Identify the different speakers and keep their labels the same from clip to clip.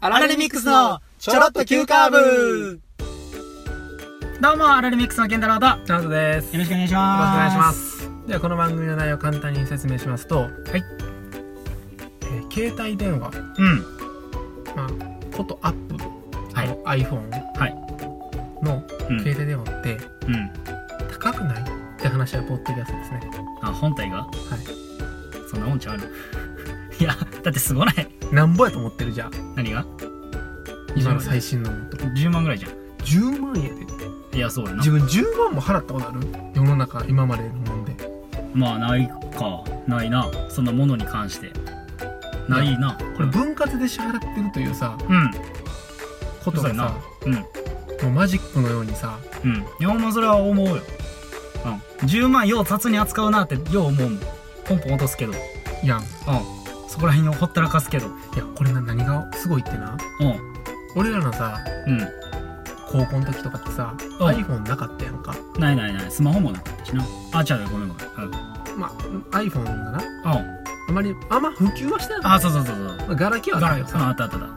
Speaker 1: アラレミックスのちょろっと急カーブどうも、アラレミックスのケンタロウと、よ
Speaker 2: ナオトです。
Speaker 1: ろしくお願いし
Speaker 2: お
Speaker 1: ます。
Speaker 2: す。ではこの番組の内容を簡単に説明しますと、はい。えー携帯電話、
Speaker 1: うん。
Speaker 2: まあことアップ、
Speaker 1: はい
Speaker 2: い、iPhone、
Speaker 1: はい
Speaker 2: の
Speaker 1: うん
Speaker 2: 携帯電話って
Speaker 1: うん。
Speaker 2: 高くないって話はポッドキャストですね。
Speaker 1: あ、本体が
Speaker 2: は
Speaker 1: そんなもんちゃうの いや、だってすごない。
Speaker 2: い。なんぼやと思ってるじゃあ。
Speaker 1: 何が
Speaker 2: 今の最新のもと。
Speaker 1: 10万ぐらいじゃん。
Speaker 2: 10万円で。
Speaker 1: いや、そうやな
Speaker 2: 自。分10万も払ったことある世の中、今までのもんで。
Speaker 1: まあ、ないか。ないな。そんなものに関して。ないな。
Speaker 2: これ分割で支払ってるというさ、
Speaker 1: うん。
Speaker 2: こと
Speaker 1: そう
Speaker 2: がさ、
Speaker 1: やな
Speaker 2: もうマジックのようにさ、
Speaker 1: うん。いや、まあ、それは思うよ。うん。10万よう雑に扱うなって、よう思うもん。ポンポン落とすけど。うん。
Speaker 2: やん。
Speaker 1: そこら辺をほったらかすけど。
Speaker 2: いや、これな、何がすごいってな。
Speaker 1: うん。
Speaker 2: 俺らのさ
Speaker 1: うん。
Speaker 2: 高校の時とかってさ
Speaker 1: うん
Speaker 2: iPhone なかったやんか
Speaker 1: ないないない。スマホもなかったしな。あ、違うよごめんごめん。うん。
Speaker 2: まあ iPhone が
Speaker 1: うん。
Speaker 2: なあまりあんま普及はしてなか
Speaker 1: あ、
Speaker 2: った
Speaker 1: そうそうそうそう。
Speaker 2: まあガラケーは
Speaker 1: ガ
Speaker 2: あ
Speaker 1: ラ
Speaker 2: る
Speaker 1: よ。
Speaker 2: よ
Speaker 1: うん、あ
Speaker 2: さ
Speaker 1: ったあったあっ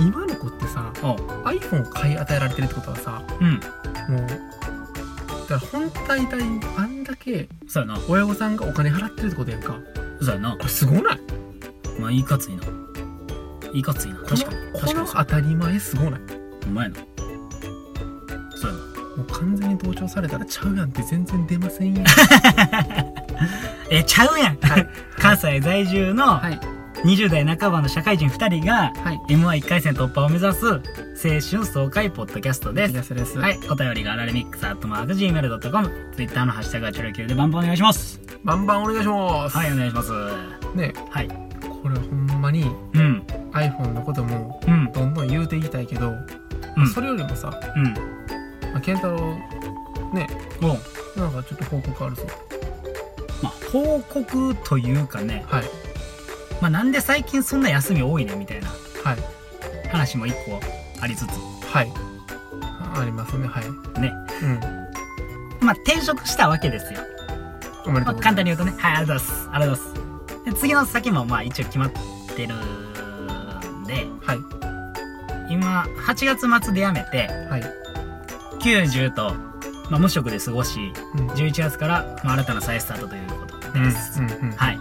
Speaker 2: 今の子ってさ
Speaker 1: た。うん。
Speaker 2: iPhone を買い与えられてるってことはさ
Speaker 1: うん。
Speaker 2: もうだから本体代にあんだけ
Speaker 1: そうやな。
Speaker 2: 親御さんがお金払ってるってことやんか
Speaker 1: そうやな
Speaker 2: こ。れすごない
Speaker 1: まあ、いいかついな。いいかついな。確かに。
Speaker 2: こ
Speaker 1: 確か
Speaker 2: のこ
Speaker 1: に
Speaker 2: の
Speaker 1: そう。
Speaker 2: 当たり前すごない
Speaker 1: お前な。そうやな。
Speaker 2: もう完全に同調されたらちゃうやんって全然出ませんよ
Speaker 1: え、ちゃうやん。
Speaker 2: はい
Speaker 1: 関西在住の
Speaker 2: はい
Speaker 1: 20代半ばの社会人2人が、
Speaker 2: はい
Speaker 1: M11 回戦突破を目指す青春爽快ポッドキャストで
Speaker 2: い
Speaker 1: す。
Speaker 2: やそれです、
Speaker 1: はい、お便りがアラレミックスアットマーク Gmail.com、Twitter のハッシュタグはチョロ Q でバンバンお願いします。
Speaker 2: バンバンお願いします、
Speaker 1: はい、お願いします。
Speaker 2: ね
Speaker 1: はい。
Speaker 2: これほんまに
Speaker 1: うん、
Speaker 2: iPhone のことも
Speaker 1: うん、
Speaker 2: どんどん言うていきたいけど、
Speaker 1: うん
Speaker 2: それよりもさ、
Speaker 1: うん。
Speaker 2: まあ、健太郎ね
Speaker 1: お
Speaker 2: なんかちょっと報告あるぞ
Speaker 1: まあ、報告というかね、
Speaker 2: はい
Speaker 1: まあ、なんで最近そんな休み多いねみたいな
Speaker 2: はい
Speaker 1: 話も一個ありつつ、
Speaker 2: はいあありますねはい
Speaker 1: ね。
Speaker 2: うん
Speaker 1: まあ、転職したわけですよ。
Speaker 2: おめで
Speaker 1: まあ、
Speaker 2: とうございます、
Speaker 1: 簡単に言うとね、はい、ありがとうございます。ありがとうございます。で次の先もまあ一応決まってるんで、
Speaker 2: はい
Speaker 1: 今、8月末で辞めて、
Speaker 2: はい、
Speaker 1: 90と、まあ、無職で過ごし、
Speaker 2: うん
Speaker 1: 11月から、まあ、新たな再スタートということです。
Speaker 2: うんうんうん
Speaker 1: はい。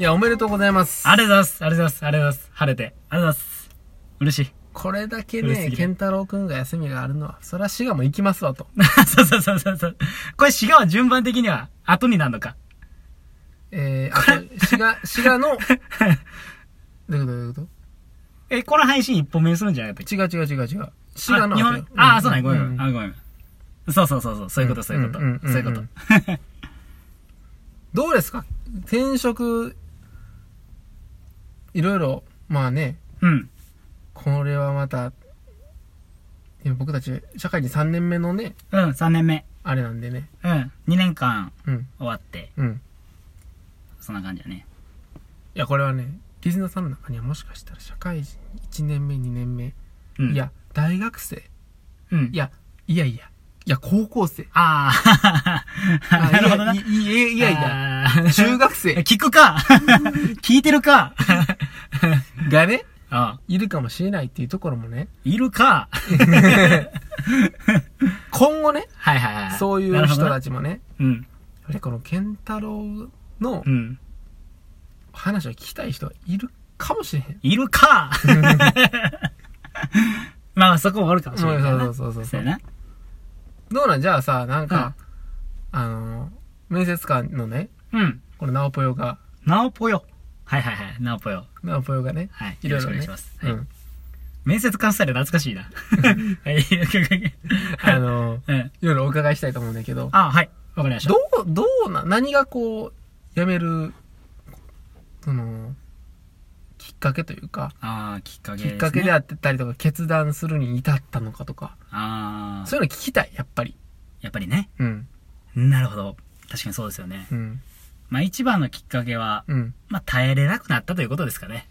Speaker 2: いやおめでとうございます
Speaker 1: ありがとうございます。ありがとうございます。ありがとうございます。晴れて。ありがとうございます。嬉しい。
Speaker 2: これだけ
Speaker 1: 嬉しすぎ
Speaker 2: ね
Speaker 1: る
Speaker 2: 健太郎くんが休みがあるのはそりゃ滋賀も行きま すわと
Speaker 1: そうそうそうそうそう。これ、滋賀は順番的には後になるのか。
Speaker 2: えー、あと滋賀滋 賀のどういうことどういうこと
Speaker 1: え、この配信一本目にするんじゃなかったっけ
Speaker 2: 違う違う違う違う滋賀の
Speaker 1: あ日
Speaker 2: 後
Speaker 1: 本
Speaker 2: よ
Speaker 1: 目あ、そうなんやごめんごめ。
Speaker 2: うん
Speaker 1: あ、ごめん。そうそうそうそう。そういうこと、そういうこと。そういうこと。
Speaker 2: どうですか転職、いろいろ、まあね、
Speaker 1: うん。
Speaker 2: これはまた、いや僕たち、社会に3年目のね、
Speaker 1: うん、3年目。
Speaker 2: あれなんでね。
Speaker 1: うん。2年間
Speaker 2: うん、
Speaker 1: 終わって、
Speaker 2: うん。
Speaker 1: そんな感じだね。
Speaker 2: いや、これはね、リズナーさんの中にはもしかしたら社会人1年目、2年目、
Speaker 1: うん。
Speaker 2: い。や、大学生、
Speaker 1: うん
Speaker 2: い。や、いやいや、いや、高校 生、
Speaker 1: ああ、
Speaker 2: あ
Speaker 1: なるほどな。
Speaker 2: いやいやいやいやい
Speaker 1: や
Speaker 2: や、中学生
Speaker 1: 聞くか聞いてるか
Speaker 2: がね、
Speaker 1: ああ
Speaker 2: いるかもしれないっていうところもね、
Speaker 1: いるか
Speaker 2: 今後ね、
Speaker 1: はいはいはい。
Speaker 2: そうい
Speaker 1: な
Speaker 2: う
Speaker 1: るほど
Speaker 2: 人
Speaker 1: な
Speaker 2: たちもね、
Speaker 1: うん。
Speaker 2: あれこの健太郎の
Speaker 1: うん。
Speaker 2: 話を聞きたい人はいるかもしれへん。
Speaker 1: いる かまあそこもあるかもしれないからな。
Speaker 2: そうそうそうそう
Speaker 1: そうやな。
Speaker 2: どうなんじゃあさ、なんか、あの、面接官のね、
Speaker 1: うん。
Speaker 2: このナオポヨが、
Speaker 1: なおぽよ。はいはいはい。なおぽよ。
Speaker 2: ナオポヨがね、
Speaker 1: はい。
Speaker 2: い
Speaker 1: よろ
Speaker 2: ろい
Speaker 1: しくお
Speaker 2: ろ
Speaker 1: 願い
Speaker 2: ね
Speaker 1: します。、
Speaker 2: う
Speaker 1: はい。
Speaker 2: ん。
Speaker 1: 面接官スタイル懐か しいな。はい。
Speaker 2: あの、
Speaker 1: うん。
Speaker 2: いろいろお伺いしたいと思うんだけど、
Speaker 1: あ、はい。わかりました。
Speaker 2: どう、どうな、何がこう、辞める、その、きっかけというか、
Speaker 1: ああ、きっかけ
Speaker 2: き
Speaker 1: すね。
Speaker 2: っかけであってたりとか、決断するに至ったのかとか、
Speaker 1: ああ。
Speaker 2: そういうの聞きたい、やっぱり。
Speaker 1: やっぱりね。
Speaker 2: うん、
Speaker 1: なるほど。確かにそうですよね。
Speaker 2: うん、
Speaker 1: まあ一番のきっかけは、
Speaker 2: うん。
Speaker 1: まあ耐えれなくなったということですかね。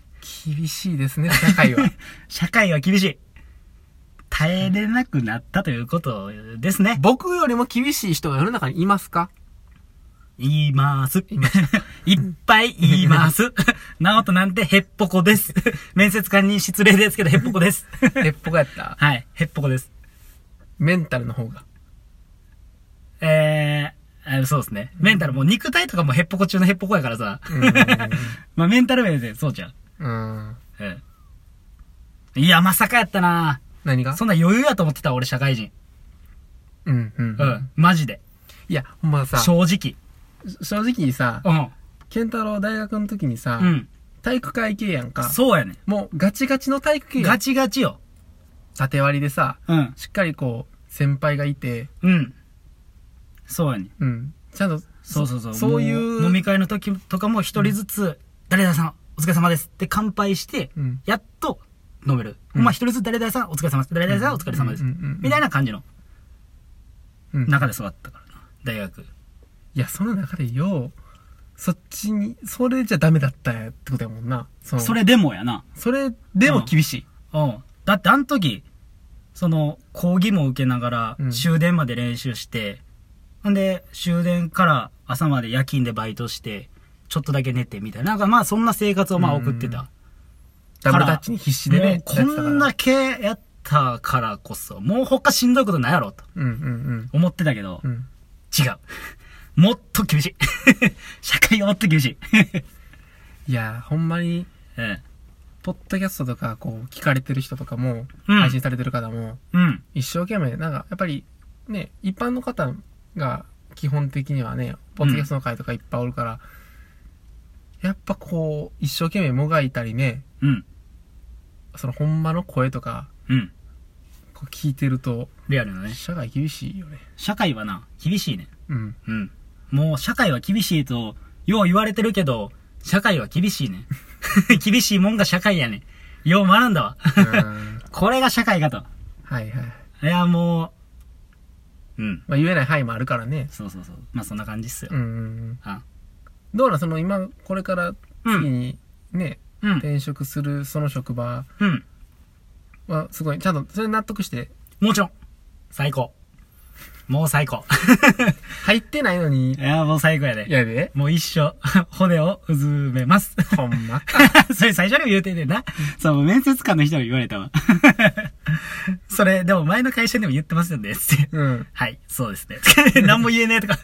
Speaker 2: 厳しいですね、社会 は。
Speaker 1: 社会は厳しい。耐えれなくなったということですね。
Speaker 2: 僕よりも厳しい人が世の中にいますか
Speaker 1: います。
Speaker 2: いました
Speaker 1: いっぱい言います。 なおとなんてへっぽこです。面接官に失礼ですけど、へっぽこ です。
Speaker 2: 鉄砲がやった
Speaker 1: はい、へっぽこです。
Speaker 2: メンタルの方が
Speaker 1: えー、あそうですね。メンタル、もう肉体とかもへっぽこ中のへっぽこやからさ。
Speaker 2: うー
Speaker 1: まあメンタル面でそうじゃん。
Speaker 2: んうん
Speaker 1: うん。いや、まさかやったな
Speaker 2: 何が
Speaker 1: そんな余裕やと思ってた、俺社会人。
Speaker 2: うんうん
Speaker 1: う
Speaker 2: うんん。
Speaker 1: マジで。
Speaker 2: いやほんまさ
Speaker 1: 正直。
Speaker 2: 正直にさ
Speaker 1: うん。
Speaker 2: 健太郎大学の時にさ
Speaker 1: うん。
Speaker 2: 体育会系やんか
Speaker 1: そうやね。
Speaker 2: もうガチガチの体育系や
Speaker 1: ガ
Speaker 2: ん
Speaker 1: チガチよ。
Speaker 2: 縦割りでさ
Speaker 1: うん。
Speaker 2: しっかりこう先輩がいて
Speaker 1: うん。そうやね。
Speaker 2: うんちゃんと
Speaker 1: そうそうそう。
Speaker 2: そうい
Speaker 1: も
Speaker 2: う
Speaker 1: 飲み会の時とかも一人ずつ、誰々さん、お疲れ様ですって乾杯して、
Speaker 2: うん
Speaker 1: やっと飲める。
Speaker 2: うん
Speaker 1: まあ一人ずつ誰々さん、お疲れ様です。誰々さん、お疲れ様です。
Speaker 2: うんうんうんうん
Speaker 1: みたいな感じの
Speaker 2: うん
Speaker 1: 中で育ったからな。大学。
Speaker 2: いや、その中でよう、そっちに、それじゃダメだったやってことやもんな。その
Speaker 1: そ、れでもやな。
Speaker 2: それでも厳しい。
Speaker 1: うん。だってあの時、その、講義も受けなが
Speaker 2: う
Speaker 1: ら、
Speaker 2: ん
Speaker 1: 終電まで練習して、ほんで、終電から朝まで夜勤でバイトして、ちょっとだけ寝てみたいな。なんかまあそんな生活をまあ送ってた。
Speaker 2: うんダブルタッチに必死でね。
Speaker 1: もうこん
Speaker 2: やっ
Speaker 1: だ
Speaker 2: て
Speaker 1: けやったからこそ、もう他しんどいことないやろと
Speaker 2: たから。うんうん
Speaker 1: 思ってたけど、
Speaker 2: うん。うん。
Speaker 1: 違う。もっと厳しい。 社会がもっと厳しい。
Speaker 2: いや、ほんまに、
Speaker 1: え
Speaker 2: ポッドキャストとか、こう、聞かれてる人とかも、
Speaker 1: うん
Speaker 2: 配信されてる方も、
Speaker 1: えうん。
Speaker 2: 一生懸命、なんか、やっぱり、ね、一般の方が、基本的にはね、ポッドキャストの会とかいっぱいおるから、やっぱこう、一生懸命もがいたりね、
Speaker 1: うん。
Speaker 2: その、ほんまの声とか、
Speaker 1: うん。
Speaker 2: こう聞いてると、
Speaker 1: リアルなね。
Speaker 2: 社会厳しいよね。
Speaker 1: 社会はな、厳しいね。
Speaker 2: うん。
Speaker 1: うん。もう社会は厳しいと、よう言われてるけど、社会は厳しいね。 厳しいもんが社会やね。よう学んだわ。
Speaker 2: は
Speaker 1: これが社会かと。
Speaker 2: い はい。
Speaker 1: いや、もう、うん。
Speaker 2: まあ言えない範囲もあるからね。
Speaker 1: そうそうそう。まあそんな感じっすよ。
Speaker 2: うんうんうん。
Speaker 1: あ
Speaker 2: どうなんその今、これから次にね、
Speaker 1: うん。
Speaker 2: 転職するその職場
Speaker 1: うん。
Speaker 2: はすごい、ちゃんとそれ納得して、
Speaker 1: もちろん。最高。もう最高。
Speaker 2: 入ってないのに
Speaker 1: い、や、もう最高や
Speaker 2: い
Speaker 1: で。
Speaker 2: やで。
Speaker 1: もう一生、骨をうずめ ます。
Speaker 2: ほんまか。
Speaker 1: それ最初にも言うてんねんな。そう、もう面接官の人にも言われたわ。 それ、でも前の会社でも言ってますよね、って。
Speaker 2: うん。
Speaker 1: はい、そうですね。 何も言えねえとか。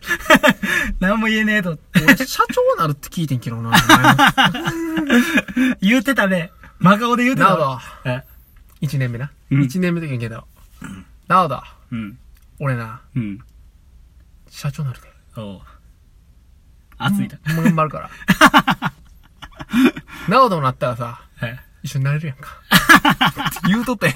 Speaker 1: 何も言えねえと。
Speaker 2: 俺、社長なるって聞いてんけどな。な
Speaker 1: 言ってたね。真顔で言うてた
Speaker 2: るほ
Speaker 1: わ。
Speaker 2: ど。
Speaker 1: え
Speaker 2: 一年目な。
Speaker 1: うん
Speaker 2: 一年目の時にけど。なるほど。
Speaker 1: うん。
Speaker 2: 俺な、
Speaker 1: うん。
Speaker 2: 社長なるで。
Speaker 1: おう。熱いな。
Speaker 2: もう頑張 るから。なおどなったらさ、
Speaker 1: はい
Speaker 2: 一緒になれるやんか。 って言うとったやん。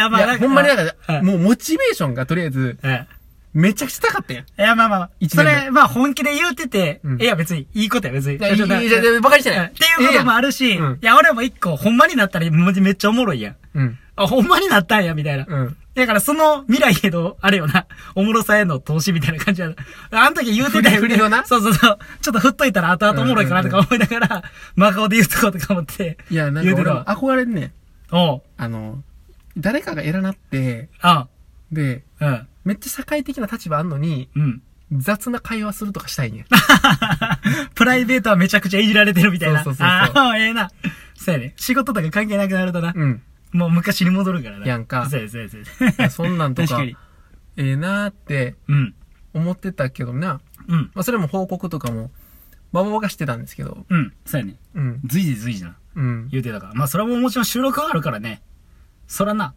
Speaker 1: いや、ま
Speaker 2: い
Speaker 1: あ、な
Speaker 2: や、
Speaker 1: か
Speaker 2: ほんまになん
Speaker 1: は
Speaker 2: か、
Speaker 1: い
Speaker 2: もうモチベーションがとりあえず、
Speaker 1: はい
Speaker 2: めちゃくちゃ高かったやん。い
Speaker 1: いや、まあまあまあ、
Speaker 2: 一
Speaker 1: そ
Speaker 2: 年目
Speaker 1: れ、まあ本気で言うてて、
Speaker 2: うん
Speaker 1: いや別に、いいことや別に。
Speaker 2: や、いい
Speaker 1: ちょっと
Speaker 2: いいいや、バカにして
Speaker 1: うん
Speaker 2: な
Speaker 1: っ
Speaker 2: い。
Speaker 1: ていうこともあるし、
Speaker 2: ええやんうん
Speaker 1: いや、俺も一個、ほんまになったらめめっちゃおもろいやん。
Speaker 2: うん。
Speaker 1: あ、ほんまになったんや、みたいな。
Speaker 2: うん。
Speaker 1: だからその未来への、あれよな、おもろさへの投資みたいな感じやな。あの時言うてたよ
Speaker 2: 振り振りのな
Speaker 1: そうそうそう。ちょっと振っといたら後々おもろいかなとか思いながら、真顔で言うとこうとか思って。
Speaker 2: いや、なん
Speaker 1: 言
Speaker 2: か
Speaker 1: うて
Speaker 2: 俺
Speaker 1: た
Speaker 2: は
Speaker 1: わ。
Speaker 2: 憧れんねん。
Speaker 1: おう。
Speaker 2: あの、誰かが偉なって、
Speaker 1: あ
Speaker 2: で、
Speaker 1: うん。
Speaker 2: めっちゃ社会的な立場あんのに、
Speaker 1: うん。
Speaker 2: 雑な会話するとかした いねん。
Speaker 1: プライベートはめちゃくちゃいじられてるみたいな。
Speaker 2: そうそうそうそう
Speaker 1: ああ、ええな。そうやね。仕事とか関係なくなるとな。
Speaker 2: うん。
Speaker 1: もう昔に戻るからな。
Speaker 2: やんか
Speaker 1: そうやそうやそうや。
Speaker 2: いやそんなんと
Speaker 1: 確
Speaker 2: か、
Speaker 1: かに
Speaker 2: え。えなーって
Speaker 1: うん。
Speaker 2: 思ってたけどな。
Speaker 1: うん。
Speaker 2: まあ、それも報告とかも、バババカしてたんですけど。
Speaker 1: うん。そうやね。
Speaker 2: うん。
Speaker 1: 随時随時な。
Speaker 2: うん。
Speaker 1: 言うてたから。まあ、それはもうもちろん収録があるからね。そらな。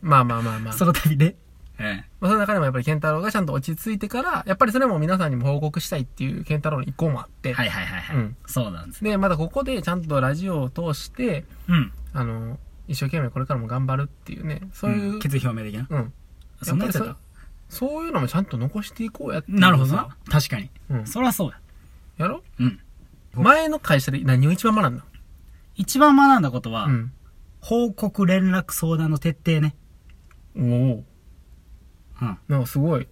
Speaker 2: まあまあまあま あ。
Speaker 1: その度で。え
Speaker 2: まあ、その中でもやっぱり健太郎がちゃんと落ち着いてから、やっぱりそれも皆さんにも報告したいっていう健太郎の意向もあって、
Speaker 1: え。はいはいはいはい。
Speaker 2: うん
Speaker 1: そうなんですね。
Speaker 2: で、まだここでちゃんとラジオを通して、
Speaker 1: うん。
Speaker 2: あの、一生懸命これからも頑張るっていうね、そういう、う
Speaker 1: うん
Speaker 2: ん、
Speaker 1: 決意表明的な。そんなやつやった
Speaker 2: そういうのもちゃんと残していこうやっていう
Speaker 1: なるほど
Speaker 2: さ
Speaker 1: な。確かに。
Speaker 2: うん、
Speaker 1: そらそうや。
Speaker 2: やろ
Speaker 1: うん。
Speaker 2: 前の会社で何を一番学んだ
Speaker 1: 一番学んだことは、
Speaker 2: うん。
Speaker 1: 報告連絡相談の徹底ね。
Speaker 2: お
Speaker 1: う
Speaker 2: お。
Speaker 1: ん。
Speaker 2: なんかすごい。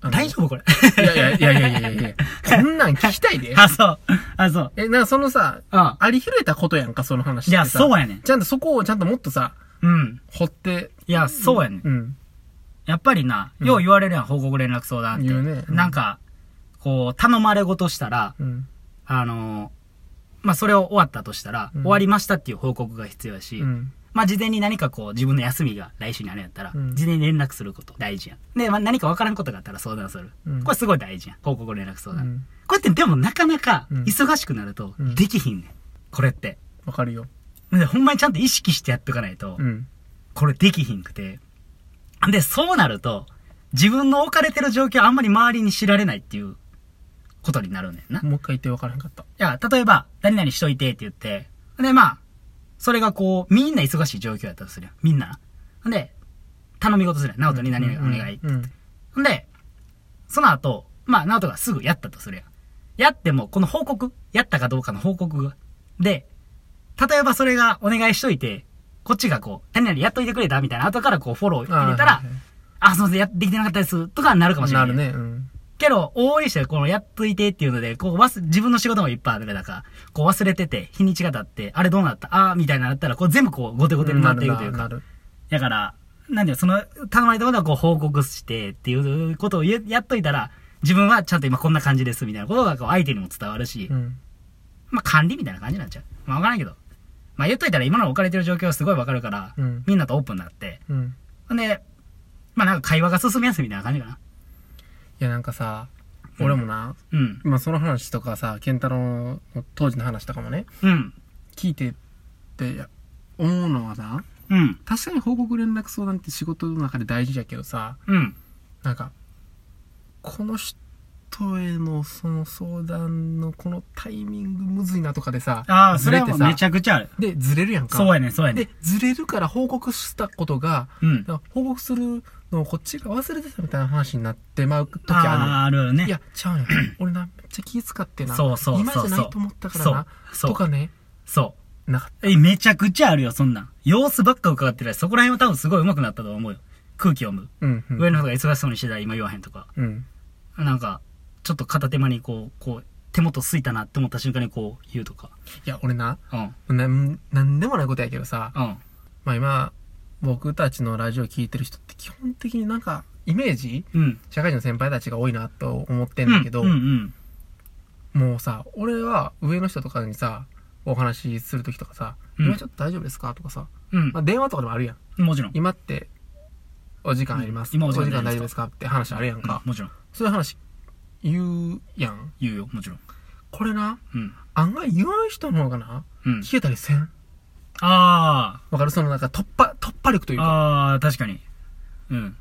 Speaker 2: あの
Speaker 1: 大丈夫これ。
Speaker 2: いやいやいやいやいやい やいや。こんなん聞きたいで。
Speaker 1: あ、そう。あ、そう。
Speaker 2: え、なんかそのさ、
Speaker 1: あ
Speaker 2: ありふれたことやんか、その話っ
Speaker 1: い
Speaker 2: てさ。
Speaker 1: や、そうやねん。
Speaker 2: ちゃんとそこをちゃんともっとさ、
Speaker 1: うん。
Speaker 2: 掘って。
Speaker 1: いや、そうやねん。
Speaker 2: うん。
Speaker 1: やっぱりな、よう言われるやん、報告連絡相談って。
Speaker 2: 言うねうん
Speaker 1: なんか、こう、頼まれ事したら、
Speaker 2: うん。
Speaker 1: あの、まあ、それを終わったとしたら、
Speaker 2: うん
Speaker 1: 終わりましたっていう報告が必要やし、
Speaker 2: うん。
Speaker 1: まあ、事前に何かこう、自分の休みが来週にあるんやったら、
Speaker 2: うん
Speaker 1: 事前に連絡すること大事やん。で、まあ、何か分からんことがあったら相談する。
Speaker 2: うん
Speaker 1: これすごい大事やん。報告連絡相
Speaker 2: う
Speaker 1: 談。
Speaker 2: ん。
Speaker 1: これってでもなかなか
Speaker 2: うん
Speaker 1: 忙しくなると
Speaker 2: うん
Speaker 1: できひんねん。これって。
Speaker 2: わかるよ。
Speaker 1: でほんまにちゃんと意識してやっとかないと
Speaker 2: う、ん。
Speaker 1: これできひんくて。で、そうなると、自分の置かれてる状況あんまり周りに知られないっていうことになるねんな。い
Speaker 2: もう一回言ってわからへんかった。
Speaker 1: や、例えば、何々しといてって言って、で、まあ、それがこう、みんな忙しい状況やったとするやん。みんな。んで、頼み事するやん。直人に何々お願い。
Speaker 2: うん。
Speaker 1: んで、その後、まあ、ナオトがすぐやったとするやん。やっても、この報告、やったかどうかの報告が。で、例えばそれがお願いしといて、こっちがこう、何々やっといてくれたみたいな、後からこうフォロー入れたら、あ,、
Speaker 2: あーはいはい
Speaker 1: すいません、やっできてなかったです、とかになるかもしれな。
Speaker 2: ないるね。うん。
Speaker 1: けど、大折りして、このやっといてっていうので、こう忘、自分の仕事もいっぱいあるだから、こう忘れてて、日にちが経って、あれどうなったああ、みたいなのなったら、こう全部こう、後手後手になっていくというか
Speaker 2: な。る
Speaker 1: だから、なんだよ、その、頼まれたことはこう報告してっていうことをややっといたら、自分はちゃんと今こんな感じですみたいなことがこう相手にも伝わるし、
Speaker 2: なる。うん。
Speaker 1: まあ管理みたいな感じになっちゃう。まあわからんけど。まあ言っといたら今の置かれてる状況はすごいわかるから、
Speaker 2: うん
Speaker 1: みんなとオープンになって。
Speaker 2: うん。
Speaker 1: ほんで、まあなんか会話が進みやすいみたいな感じかな。
Speaker 2: いや、なんかさ、
Speaker 1: うん
Speaker 2: 俺もな、
Speaker 1: うん。
Speaker 2: 今その話とかさ、健太郎の当時の話とかもね、
Speaker 1: うん。
Speaker 2: 聞いてって思うのはな、
Speaker 1: うん。
Speaker 2: 確かに報告連絡相談って仕事の中で大事だけどさ、
Speaker 1: うん。
Speaker 2: なんか、この人へのその相談のこのタイミングむずいなとかでさ、
Speaker 1: ああ、それはもう
Speaker 2: ずれ
Speaker 1: め
Speaker 2: て
Speaker 1: ち
Speaker 2: さ、
Speaker 1: ゃくちゃある。
Speaker 2: で、ずれるやんか。
Speaker 1: そうやねんそうやねん
Speaker 2: で、ずれるから報告したことが、
Speaker 1: うん。
Speaker 2: だから報告するのをこっちが忘れてたみたいな話になってまう時あ
Speaker 1: ああ、あるよね。
Speaker 2: る。いや、ちゃ うんや。俺な、めっちゃ気使ってな。
Speaker 1: そうそうそう
Speaker 2: 今じ
Speaker 1: そう
Speaker 2: ゃないと思ったからな。
Speaker 1: そうそう
Speaker 2: とかね、
Speaker 1: そう。
Speaker 2: なかっ
Speaker 1: え、めちゃくちゃあるよ、そんなん。様子ばっか伺ってない。そこら辺は多分すごい上手くなったと思うよ。空気読む。
Speaker 2: た。うん、うん。
Speaker 1: 上の人が忙しそうにしてたら今言わへんとか。
Speaker 2: うん。
Speaker 1: なんか、ちょっと片手間にこう、こう、手元すいたなって思った瞬間にこう言うとか。
Speaker 2: いや、俺な、
Speaker 1: うん。
Speaker 2: なん、なんでもないことやけどさ、
Speaker 1: うん。
Speaker 2: まあ今、僕たちのラジオ聞いてる人って基本的になんか、イメージ
Speaker 1: うん。
Speaker 2: 社会人の先輩たちが多いなと思って
Speaker 1: うんん。
Speaker 2: だけど、
Speaker 1: うんうん。
Speaker 2: もうさ、俺は上の人とかにさ、お話しするときとかさ、
Speaker 1: うん
Speaker 2: 今ちょっと大丈夫ですかとかさ、
Speaker 1: うん
Speaker 2: まあ、電話とかでもあるやん。
Speaker 1: もちろん。
Speaker 2: 今って、お時間あります。
Speaker 1: うん今お
Speaker 2: お
Speaker 1: 時
Speaker 2: 時
Speaker 1: 間
Speaker 2: 間大丈夫ですかって話あるやんか。
Speaker 1: もちろん。
Speaker 2: そういう話、言うやん。
Speaker 1: 言うよ、もちろん。
Speaker 2: これな、
Speaker 1: うん。
Speaker 2: 案外言わん人の方がな、
Speaker 1: うん。
Speaker 2: 聞けたりせん。
Speaker 1: あ
Speaker 2: わかるそのなんか突破、突破力という
Speaker 1: あ。
Speaker 2: か。
Speaker 1: ああ、確かに。うん。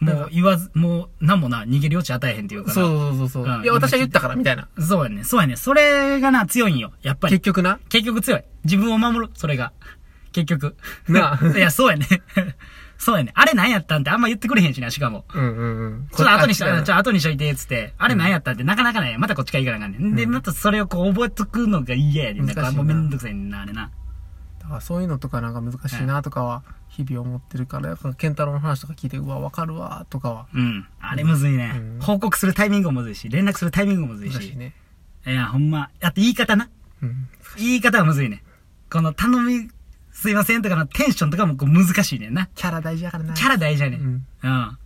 Speaker 1: もう言わず、もう何もな、逃げる余地与えへんっていうかな。
Speaker 2: そうそうそうそう。
Speaker 1: うん
Speaker 2: いや、私は言ったから、みたいな。
Speaker 1: う。そうやね。そうやね。それがな、強いんよ。やっぱり
Speaker 2: 結。局な。
Speaker 1: 結局強い。自分を守る、それが。結局。
Speaker 2: なあ
Speaker 1: いや、そうやね。そうやね。あれ何やったんってあんま言ってくれへんしな、しかも。
Speaker 2: うんうんうん。
Speaker 1: ちょっと後にしと、ちょ
Speaker 2: あ
Speaker 1: っと後にしといて、つって。あれ何やったんってなかなかね、またこっちから行かなあかんねん。で、
Speaker 2: うん
Speaker 1: またそれをこう覚えとくのが嫌やねん。だから
Speaker 2: 難しい
Speaker 1: も
Speaker 2: な
Speaker 1: うめんどくさいねんな、あれな。
Speaker 2: だからそういうのとかなんか難しいなとかは、日々思ってるから、やっぱ、ケンタロウの話とか聞いて、うわ、わかるわ、とかは、
Speaker 1: うん。あれむずいね。
Speaker 2: うん
Speaker 1: 報告するタイミングもむずいし、連絡するタイミングもむずい
Speaker 2: 難
Speaker 1: し。
Speaker 2: しいね。
Speaker 1: いや、ほんま。あと言い方な。
Speaker 2: うん。
Speaker 1: 言い方がむずいね。この頼み、すいませんとかのテンションとかもこう難しいねんな。
Speaker 2: キャラ大事やからな。
Speaker 1: キャラ大事や
Speaker 2: う
Speaker 1: ねん。
Speaker 2: ん。
Speaker 1: うん。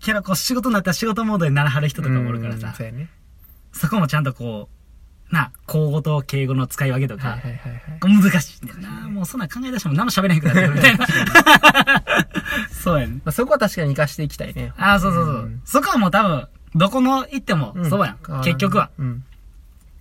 Speaker 1: けどこう仕事になったら仕事モードにならはる人とかもおるから
Speaker 2: うん
Speaker 1: さ、
Speaker 2: そうやね。
Speaker 1: そこもちゃんとこう、な、口語と敬語の使い分けとか、
Speaker 2: はいはいはいはい。
Speaker 1: 難しいんだよな。もうそんなん考え出しても何も喋れへんくなってくるみた いな。そうやね
Speaker 2: まあ、そこは確かに活かしていきたいね。
Speaker 1: ああ、そうそうそう。
Speaker 2: ん
Speaker 1: そこはもう多分、どこの行っても
Speaker 2: ん
Speaker 1: そうやん。
Speaker 2: 変わらん
Speaker 1: 結局は。
Speaker 2: うん。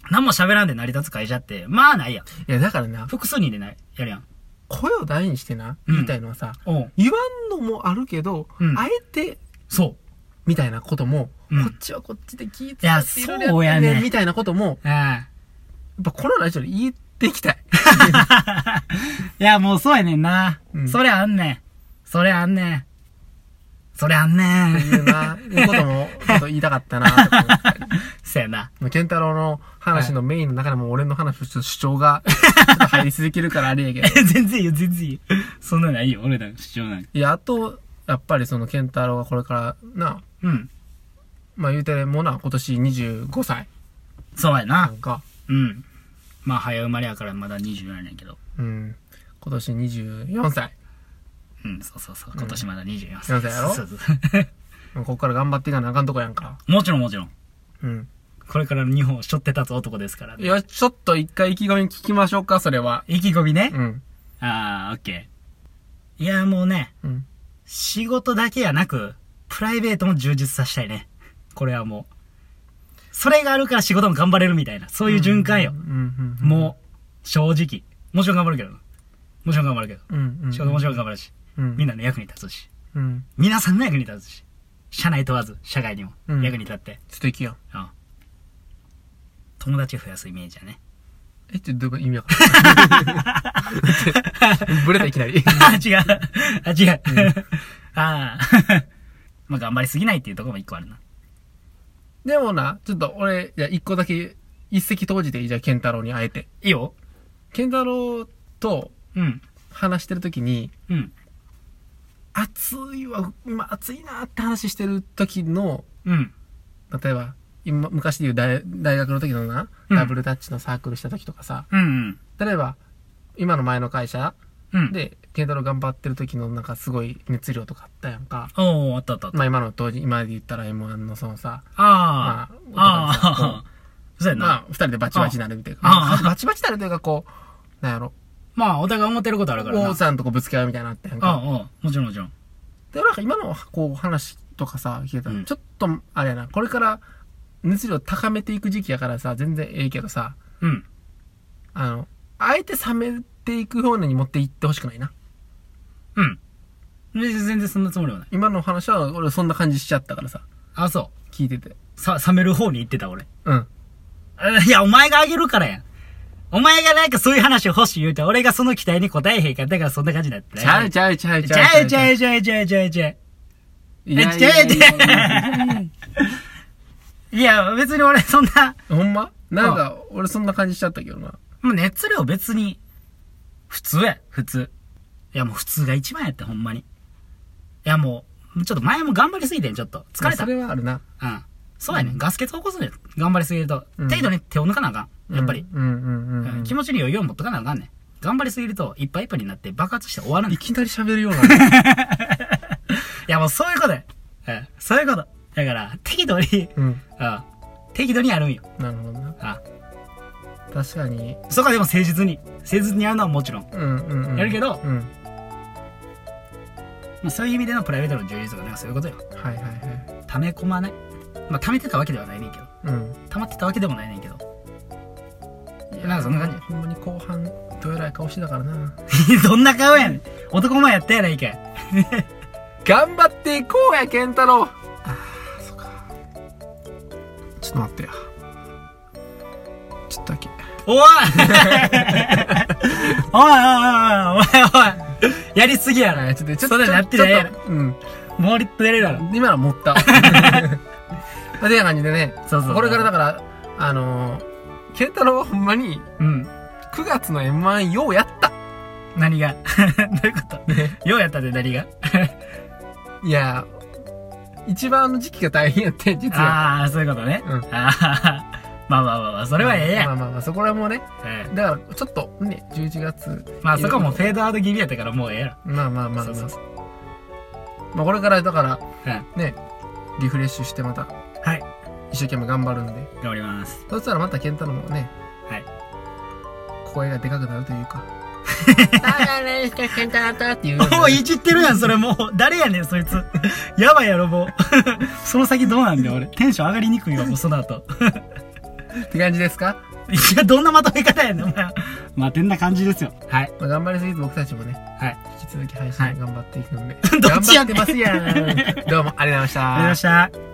Speaker 1: 何も喋らんで成り立つ会社って、まあないやん。
Speaker 2: いや、だからな、
Speaker 1: 複数人でないやるやん。
Speaker 2: 声を大にしてな、
Speaker 1: うん
Speaker 2: みたいのはさ、
Speaker 1: おう
Speaker 2: 言わんのもあるけど、
Speaker 1: うん
Speaker 2: あえて、
Speaker 1: そ
Speaker 2: みたいなことも、
Speaker 1: うん
Speaker 2: こっちはこっちで聞い
Speaker 1: い
Speaker 2: て、
Speaker 1: や
Speaker 2: いろい
Speaker 1: そう
Speaker 2: ろや
Speaker 1: や
Speaker 2: って
Speaker 1: ね
Speaker 2: みたいなことも、や
Speaker 1: う。ああ。
Speaker 2: っぱこのラジオで言っていきたい。
Speaker 1: いや、もうそうやねんな。
Speaker 2: うん
Speaker 1: それあんねん。それあんねん。それあんね。
Speaker 2: っていうんな、いうこ とも、ちょっと言いたかったな、とか。
Speaker 1: そやな。
Speaker 2: もうケンタロウの話のメインの中でも俺の話とちょっと主張 が、ちょっと入り続けるからあれやけど。
Speaker 1: え全然いいよ、全然いいよ。そんなのないよ、俺らの主張なんか。
Speaker 2: いや、あと、やっぱりそのケンタロウがこれから、な、
Speaker 1: うん。
Speaker 2: まあ言うてもな、今年25歳
Speaker 1: そうや
Speaker 2: な
Speaker 1: な。
Speaker 2: んか、
Speaker 1: うん。まあ、早生まれやからまだ27年やけど。
Speaker 2: うん、今年24歳。
Speaker 1: うん、そうそうそう。今年まだ24歳。
Speaker 2: 24歳やろ
Speaker 1: そうそうそう
Speaker 2: ここから頑張っていかなあかんとこやんか。
Speaker 1: もちろんもちろん。
Speaker 2: うん。
Speaker 1: これからの日本を背負って立つ男ですから
Speaker 2: い
Speaker 1: ね。
Speaker 2: や、ちょっと一回意気込み聞きましょうか、それは。
Speaker 1: 意気込みね
Speaker 2: う。ん。
Speaker 1: ああ、オッケー。いや、もうね、
Speaker 2: うん。
Speaker 1: 仕事だけやなく、プライベートも充実させたいね。これはもう。それがあるから仕事も頑張れるみたいな、そういう循環よ
Speaker 2: うん。。うん。うん
Speaker 1: もう、正直。もちろん頑張るけど。もちろん頑張るけど。
Speaker 2: うん。うん。うん。
Speaker 1: 仕事もちろん頑張るし、
Speaker 2: うん。
Speaker 1: みんなの役に立つし、
Speaker 2: うん。
Speaker 1: 皆さんの役に立つし、社内問わず、社外にも
Speaker 2: うん
Speaker 1: 役に立って、
Speaker 2: 素敵やん。
Speaker 1: うん。友達増やすイメージだね。
Speaker 2: え、ってどういう意味わかんない。ブレたいきなり。
Speaker 1: あ、違う。あ、違う。 ああ。まあ、頑張りすぎないっていうところも一個あるな。
Speaker 2: でもな、ちょっと俺、じゃあ一個だけ、一石投じていいじゃあ、ケンタロウに会えて。
Speaker 1: いいよ。
Speaker 2: ケンタロウと
Speaker 1: うん。
Speaker 2: 話してる時に、
Speaker 1: うん。
Speaker 2: 暑いわ、今暑いなって話してる時の、
Speaker 1: うん。
Speaker 2: 例えば、今、昔で言う大大学の時のな、
Speaker 1: うん
Speaker 2: ダブルタッチのサークルした時とかさ、
Speaker 1: うん。うん。
Speaker 2: 例えば、今の前の会社
Speaker 1: うん。、
Speaker 2: で、ケンタロウ頑張ってる時のなんかすごい熱量とかあったやんか。
Speaker 1: おー、あったあったあった。
Speaker 2: まあ今の当時、今で言ったら M1 のそのさ、
Speaker 1: ああ。
Speaker 2: ま
Speaker 1: あ
Speaker 2: あ
Speaker 1: あ。 そうやな。
Speaker 2: まあ二人でバチバチになるみたいな。
Speaker 1: ああ
Speaker 2: まあバチバチになるというかこう、なんやろ、
Speaker 1: まあ、お互い思ってることあるからな。
Speaker 2: 王さんとこぶつけ合うみたいなのあったやん
Speaker 1: ああ、
Speaker 2: か。
Speaker 1: ああもちろんもちろん。
Speaker 2: で、なんか今のこう話とかさ、聞けたら、
Speaker 1: うん
Speaker 2: ちょっと、あれやな、これから熱量高めていく時期やからさ、全然ええけどさ、
Speaker 1: うん。
Speaker 2: あの、あえて冷めていく方に持っていってほしくないな。
Speaker 1: うん。別に全然そんなつもりはない。
Speaker 2: 今の話は俺そんな感じしちゃったからさ、
Speaker 1: あ、そ
Speaker 2: 聞いてて。
Speaker 1: う。さ、冷める方に行ってた俺。
Speaker 2: うん。
Speaker 1: あいや、お前があげるからやん。お前がなんかそういう話を欲しい言うて、俺がその期待に応えへんかったからそんな感じになって。
Speaker 2: ちゃうちゃうちゃう
Speaker 1: ちゃうちゃ
Speaker 2: う。
Speaker 1: うちゃうちゃうちゃうちゃう。
Speaker 2: いやいやいやいやい
Speaker 1: いや、別に俺そんな、
Speaker 2: やほんまなんか、俺そんな感じしちゃったけどな。
Speaker 1: もう熱量別に、普通や、普通。いや、もう普通が一番やって、ほんまに。いや、もう、ちょっと前も頑張りすぎてん、ちょっと。疲れた。
Speaker 2: それはあるな。
Speaker 1: うん。そうやね、ん、ガス欠起こすねん。頑張りすぎると。
Speaker 2: うん
Speaker 1: 程度に手を抜かなあかん。やっぱり。。
Speaker 2: うんうんうん
Speaker 1: う
Speaker 2: うんん。
Speaker 1: 気持ちに余裕を持っとかなあかんねん。頑張りすぎると、いっぱいいっぱいになって爆発して終わるねん
Speaker 2: いきなり喋るような。
Speaker 1: いや、もうそういうことや。うん。そういうこと。だから、適度に、
Speaker 2: うん。
Speaker 1: うん。適度にやるんよ。
Speaker 2: なるほどな。
Speaker 1: あ
Speaker 2: 確かに。
Speaker 1: そこはでも誠実に。誠実にやるのはもちろん。
Speaker 2: うんうんうん。
Speaker 1: やるけど
Speaker 2: うん。
Speaker 1: まあ、そういう意味でのプライベートの充実とかなんかそういうことよ。
Speaker 2: はいはいはい。
Speaker 1: 溜め込まない。まあ、溜めてたわけではないねんけど。
Speaker 2: うん。
Speaker 1: 溜まってたわけでもないねんけど。
Speaker 2: い
Speaker 1: なんかそんな感じ
Speaker 2: ほんまに後半、どえらい顔してたからな。
Speaker 1: どんな顔やねん。男前やったやないかい。
Speaker 2: 頑張っていこうや、健太郎あー、そっか。ちょっと待ってや。ちょっとだけ。
Speaker 1: おいおいおいおいおいおいおいやりすぎやろ。
Speaker 2: はい、ちょっと、ちょ
Speaker 1: そ
Speaker 2: っと、
Speaker 1: れ
Speaker 2: ちょ
Speaker 1: な
Speaker 2: っ
Speaker 1: って
Speaker 2: と、
Speaker 1: ないやろ
Speaker 2: うん。
Speaker 1: もうリップやれるやろ。
Speaker 2: 今のは持 った。まあてな感じでね、
Speaker 1: そうそうそう
Speaker 2: これからだから、あのー、健太郎はほんまに、
Speaker 1: うん。
Speaker 2: 9月の M1 ようやった。
Speaker 1: 何が どういうことようやったで何が
Speaker 2: いやー、一番あの時期が大変やって、実は。
Speaker 1: ああ、そういうことね。
Speaker 2: うん
Speaker 1: ああ、 まあまあまあまあ、それはええや
Speaker 2: ま
Speaker 1: ん。
Speaker 2: あまあまあ、そこらもうね、
Speaker 1: え
Speaker 2: だから、ちょっとね、11月、
Speaker 1: えまあそこはもうフェードアウト気味やったからもうええやろ。
Speaker 2: まあまあまあ
Speaker 1: そ
Speaker 2: ま
Speaker 1: うそうそ
Speaker 2: あ。まあ、これから、だから、
Speaker 1: うん
Speaker 2: ね、リフレッシュしてまた、
Speaker 1: はい。
Speaker 2: 一生懸命頑張るんで。
Speaker 1: 頑張ります。
Speaker 2: そしたらまた健太郎もね、
Speaker 1: はい。
Speaker 2: 声がでかくなるというか。だから、健太郎とっていうように。
Speaker 1: おお、いじってるやん、それもう。誰やねん、そ いつ。やばいやろ、もう。 その先どうなんだよ、俺。テンション上がりにくいわ、もうその後。
Speaker 2: って感じですか、
Speaker 1: いや、どんなまとめ方やねん、お前。まあ、てんな感じですよ。はい。
Speaker 2: まあ、頑張りすぎて僕たちもね、
Speaker 1: はい。
Speaker 2: 引き続き配
Speaker 1: は
Speaker 2: 信
Speaker 1: い
Speaker 2: 頑張っていくんで。
Speaker 1: どっ
Speaker 2: 頑
Speaker 1: ち
Speaker 2: 張
Speaker 1: や
Speaker 2: っ
Speaker 1: ね
Speaker 2: て
Speaker 1: ん
Speaker 2: ますやん。どうもありがとうございました
Speaker 1: ありがとうございました。